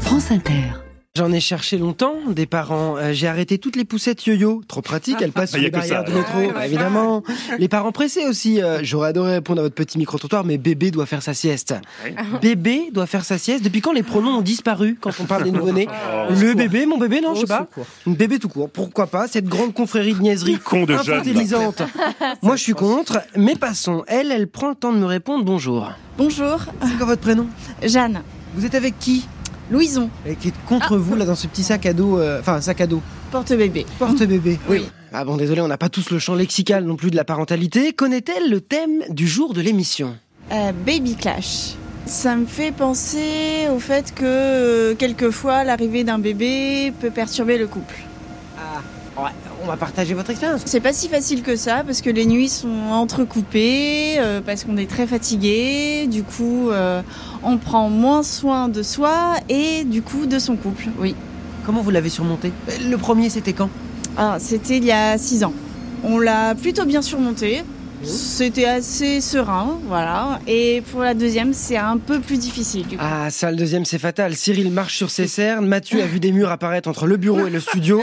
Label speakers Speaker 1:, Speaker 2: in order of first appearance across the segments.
Speaker 1: France Inter.
Speaker 2: J'en ai cherché longtemps des parents. Euh, J'ai arrêté toutes les poussettes yo-yo. Trop pratique, elles passent
Speaker 3: Bah,
Speaker 2: sur
Speaker 3: y a
Speaker 2: les
Speaker 3: que ça,
Speaker 2: barrières du
Speaker 3: alors.
Speaker 2: métro, bah, évidemment. Les parents pressés aussi. euh, J'aurais adoré répondre à votre petit micro-trottoir, mais bébé doit faire sa sieste.
Speaker 3: Ouais.
Speaker 2: Bébé doit faire sa sieste. Depuis quand les pronoms ont disparu quand on parle des nouveau-nés Le bébé, mon bébé, non, je sais pas. Une bébé tout court, pourquoi pas Cette grande confrérie de niaiserie
Speaker 3: Con de jeune.
Speaker 2: infantilisante. Moi, je suis contre, mais passons. Elle, elle prend le temps de me répondre bonjour.
Speaker 4: Bonjour,
Speaker 2: C'est quoi votre prénom
Speaker 4: Jeanne,
Speaker 2: Vous êtes avec qui
Speaker 4: Louison,
Speaker 2: Et qui est contre vous, là, dans ce petit sac à dos, euh, enfin, un sac à dos
Speaker 4: porte-bébé.
Speaker 2: Porte-bébé.
Speaker 4: Oui.
Speaker 2: Mmh. Ah bon, désolé, on n'a pas tous le champ lexical non plus de la parentalité. Connaît-elle le thème du jour de l'émission
Speaker 4: Euh, baby Clash. Ça me fait penser au fait que euh, quelquefois l'arrivée d'un bébé peut perturber le couple.
Speaker 2: Ouais, on va partager votre expérience.
Speaker 4: C'est pas si facile que ça parce que les nuits sont entrecoupées, euh, parce qu'on est très fatigué, du coup euh, on prend moins soin de soi et du coup de son couple. Oui.
Speaker 2: Comment vous l'avez surmonté Le premier, c'était quand
Speaker 4: Ah, c'était il y a 6 ans. On l'a plutôt bien surmonté. C'était assez serein, voilà. Et pour la deuxième, c'est un peu plus difficile. Du coup.
Speaker 2: Ah, ça, le deuxième, c'est fatal. Cyril marche sur ses cernes. Mathieu a vu des murs apparaître entre le bureau et le studio.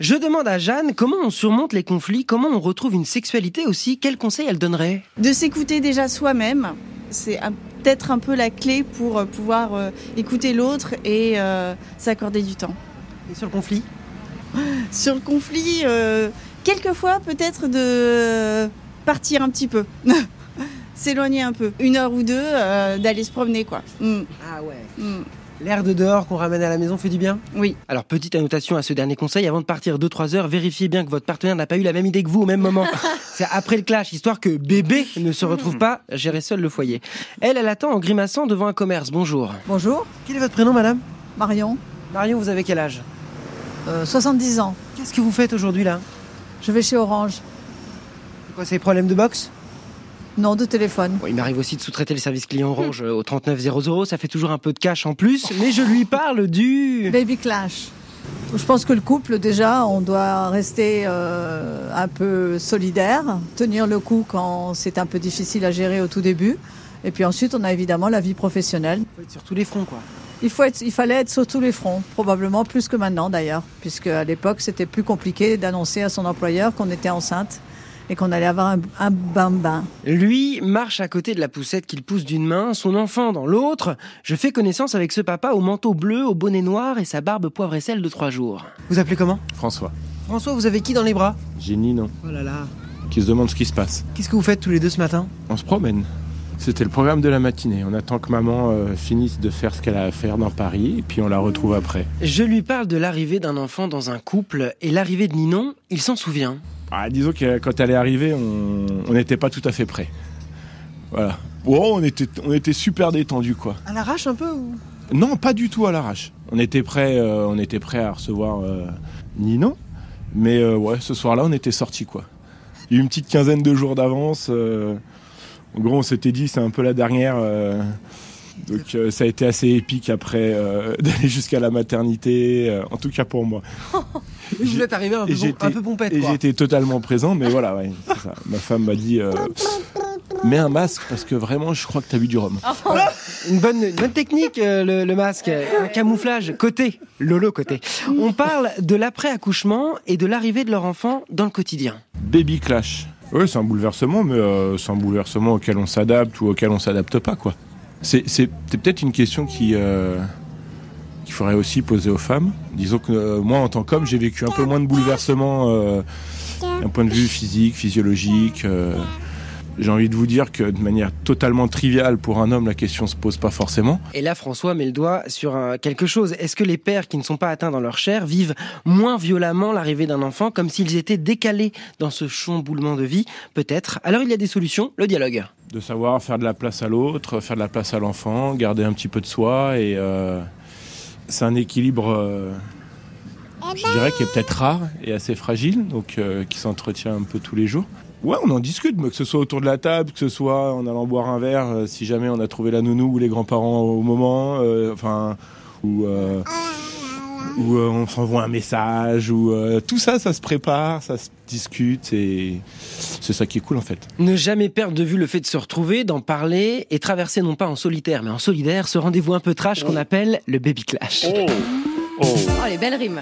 Speaker 2: Je demande à Jeanne comment on surmonte les conflits, comment on retrouve une sexualité aussi. Quels conseils elle donnerait
Speaker 4: De s'écouter déjà soi-même, c'est un- peut-être un peu la clé pour euh, pouvoir euh, écouter l'autre et euh, s'accorder du temps.
Speaker 2: Et sur le conflit
Speaker 4: Sur le conflit, euh, quelquefois peut-être de partir un petit peu, s'éloigner un peu, une heure ou deux, euh, d'aller se promener quoi. Mm,
Speaker 2: Ah ouais.
Speaker 4: mm,
Speaker 2: L'air de dehors qu'on ramène à la maison fait du bien
Speaker 4: oui.
Speaker 2: Alors, petite annotation à ce dernier conseil, avant de partir 2-3 heures, vérifiez bien que votre partenaire n'a pas eu la même idée que vous au même moment. C'est après le clash, histoire que bébé ne se retrouve pas à gérer seul le foyer. Elle, elle attend en grimaçant devant un commerce. Bonjour.
Speaker 5: Bonjour,
Speaker 2: Quel est votre prénom, madame
Speaker 5: Marion,
Speaker 2: Marion, vous avez quel âge
Speaker 5: euh, 70 ans.
Speaker 2: Qu'est-ce que vous faites aujourd'hui là
Speaker 5: Je vais chez Orange.
Speaker 2: C'est quoi, c'est les problèmes de boxe
Speaker 5: Non, de téléphone.
Speaker 2: Bon, il m'arrive aussi de sous-traiter le service client orange euh, au 3900, ça fait toujours un peu de cash en plus, mais je lui parle du...
Speaker 5: Baby Clash. Je pense que le couple, déjà, on doit rester euh, un peu solidaire, tenir le coup quand c'est un peu difficile à gérer au tout début. Et puis ensuite, on a évidemment la vie professionnelle.
Speaker 2: Sur tous les fronts, quoi.
Speaker 5: Il, faut être, il fallait être sur tous les fronts, probablement plus que maintenant d'ailleurs, puisque à l'époque, c'était plus compliqué d'annoncer à son employeur qu'on était enceinte et qu'on allait avoir un, un bain-bain.
Speaker 2: Lui marche à côté de la poussette qu'il pousse d'une main, son enfant dans l'autre. Je fais connaissance avec ce papa au manteau bleu, au bonnet noir et sa barbe poivre et sel de trois jours. Vous appelez comment
Speaker 6: François.
Speaker 2: François, vous avez qui dans les bras
Speaker 6: Jenny, non
Speaker 2: Oh là là.
Speaker 6: Qui se demande ce qui se passe.
Speaker 2: Qu'est-ce que vous faites tous les deux ce matin
Speaker 6: On se promène. C'était le programme de la matinée. On attend que maman euh, finisse de faire ce qu'elle a à faire dans Paris et puis on la retrouve après.
Speaker 2: Je lui parle de l'arrivée d'un enfant dans un couple et l'arrivée de Ninon, il s'en souvient.
Speaker 6: Ah, disons que euh, quand elle est arrivée, on on n'était pas tout à fait prêts. Voilà. Wow, on était, on était super détendus, quoi.
Speaker 2: À l'arrache un peu ou
Speaker 6: Non, pas du tout à l'arrache. On était prêts, euh, on était prêts à recevoir euh, Ninon, mais euh, ouais, ce soir-là, on était sortis quoi. Il y a eu une petite quinzaine de jours d'avance. euh, en gros, on s'était dit, c'est un peu la dernière. euh, donc euh, ça a été assez épique après euh, d'aller jusqu'à la maternité, euh, en tout cas pour moi.
Speaker 2: Vous êtes arrivé un peu,
Speaker 6: Et
Speaker 2: bon-
Speaker 6: j'étais-
Speaker 2: un peu pompette
Speaker 6: Et
Speaker 2: quoi.
Speaker 6: j'étais totalement présent, mais voilà, ouais, c'est ça. ma femme m'a dit, euh, mets un masque parce que vraiment, je crois que t'as bu du rhum.
Speaker 2: Une bonne, une bonne technique, euh, le, le masque. Un camouflage côté. Lolo côté. On parle de l'après-accouchement et de l'arrivée de leur enfant dans le quotidien.
Speaker 6: Baby Clash. Oui, c'est un bouleversement, mais euh, c'est un bouleversement auquel on s'adapte ou auquel on s'adapte pas, quoi. C'est c'est- c'est peut-être une question qui euh, qu'il faudrait aussi poser aux femmes. Disons que euh, moi, en tant qu'homme, j'ai vécu un peu moins de bouleversements euh, d'un point de vue physique, physiologique. euh. j'ai envie de vous dire que de manière totalement triviale pour un homme, la question se pose pas forcément.
Speaker 2: Et là, François met le doigt sur euh, quelque chose. Est-ce que les pères qui ne sont pas atteints dans leur chair vivent moins violemment l'arrivée d'un enfant comme s'ils étaient décalés dans ce chamboulement de vie Peut-être. Alors il y a des solutions, le dialogue.
Speaker 6: De savoir faire de la place à l'autre, faire de la place à l'enfant, garder un petit peu de soi. Et euh, c'est un équilibre, euh, je dirais, qui est peut-être rare et assez fragile, donc euh, qui s'entretient un peu tous les jours. Ouais, on en discute, mais que ce soit autour de la table, que ce soit en allant boire un verre, euh, si jamais on a trouvé la nounou ou les grands-parents au moment, euh, enfin, ou euh, où euh, on s'envoie un message, où euh, tout ça, ça se prépare, ça se discute et c'est ça qui est cool en fait.
Speaker 2: Ne jamais perdre de vue le fait de se retrouver, d'en parler et traverser non pas en solitaire mais en solidaire ce rendez-vous un peu trash qu'on appelle le baby clash.
Speaker 1: Oh, les belles rimes.